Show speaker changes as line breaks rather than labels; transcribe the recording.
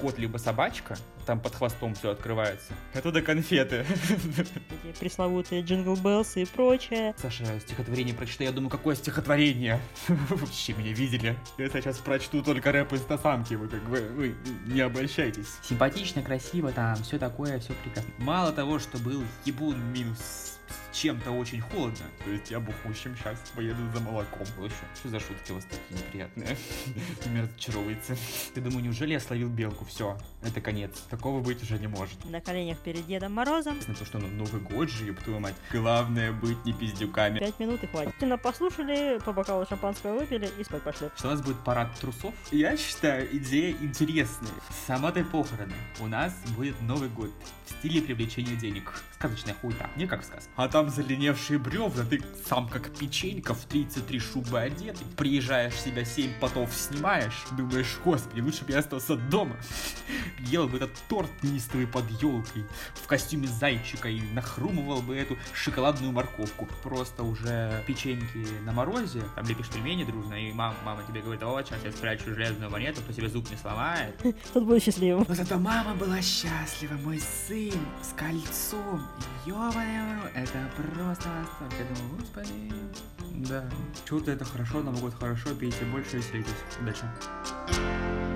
кот, либо собачка, там под хвостом все открывается. Оттуда конфеты.
Эти пресловутые джингл беллс и прочее.
Саша, стихотворение прочитай. Я думаю, какое стихотворение? Вообще меня видели. Я сейчас прочту только рэп из Тасанки. Вы как бы вы не обольщайтесь. Симпатично, красиво, там все такое, все прекрасно. Мало того, что был ебун минус с чем-то очень холодно. То есть я бухущим сейчас поеду за молоком. Ой, Что, что за шутки у вас такие неприятные? Ты меня разочаровывается. Ты думаю, неужели я словил белку? Все, это конец. Такого быть уже не может.
На коленях перед Дедом Морозом.
На то, что ну, Новый год же, ёб твою мать. Главное быть не пиздюками.
Пять минут и хватит. Сильно послушали, по бокалу шампанского выпили и спать пошли.
Что у нас будет парад трусов? Я считаю, идея интересная. Сама ты похороны. У нас будет Новый год в стиле привлечения денег. Сказочная хуйта, не как в сказке. А там залиневшие бревна, ты сам как печенька в 33 шубы одетый. Приезжаешь себя 7 потов снимаешь, думаешь, господи, лучше бы я остался дома. Ел бы этот торт неистовый под елкой в костюме зайчика и нахрумывал бы эту шоколадную морковку. Просто уже печеньки на морозе, там лепишь пельмени дружно, и мам, мама тебе говорит, о, сейчас я спрячу железную монету, кто тебе зуб не сломает.
Тот был счастливым.
Но зато мама была счастлива, мой сын с кольцом. Ёбаный в рот. это просто восторг. Я думал, господи. Да. Чудо это хорошо, Новый год хорошо, пейте больше, веселитесь. Дальше.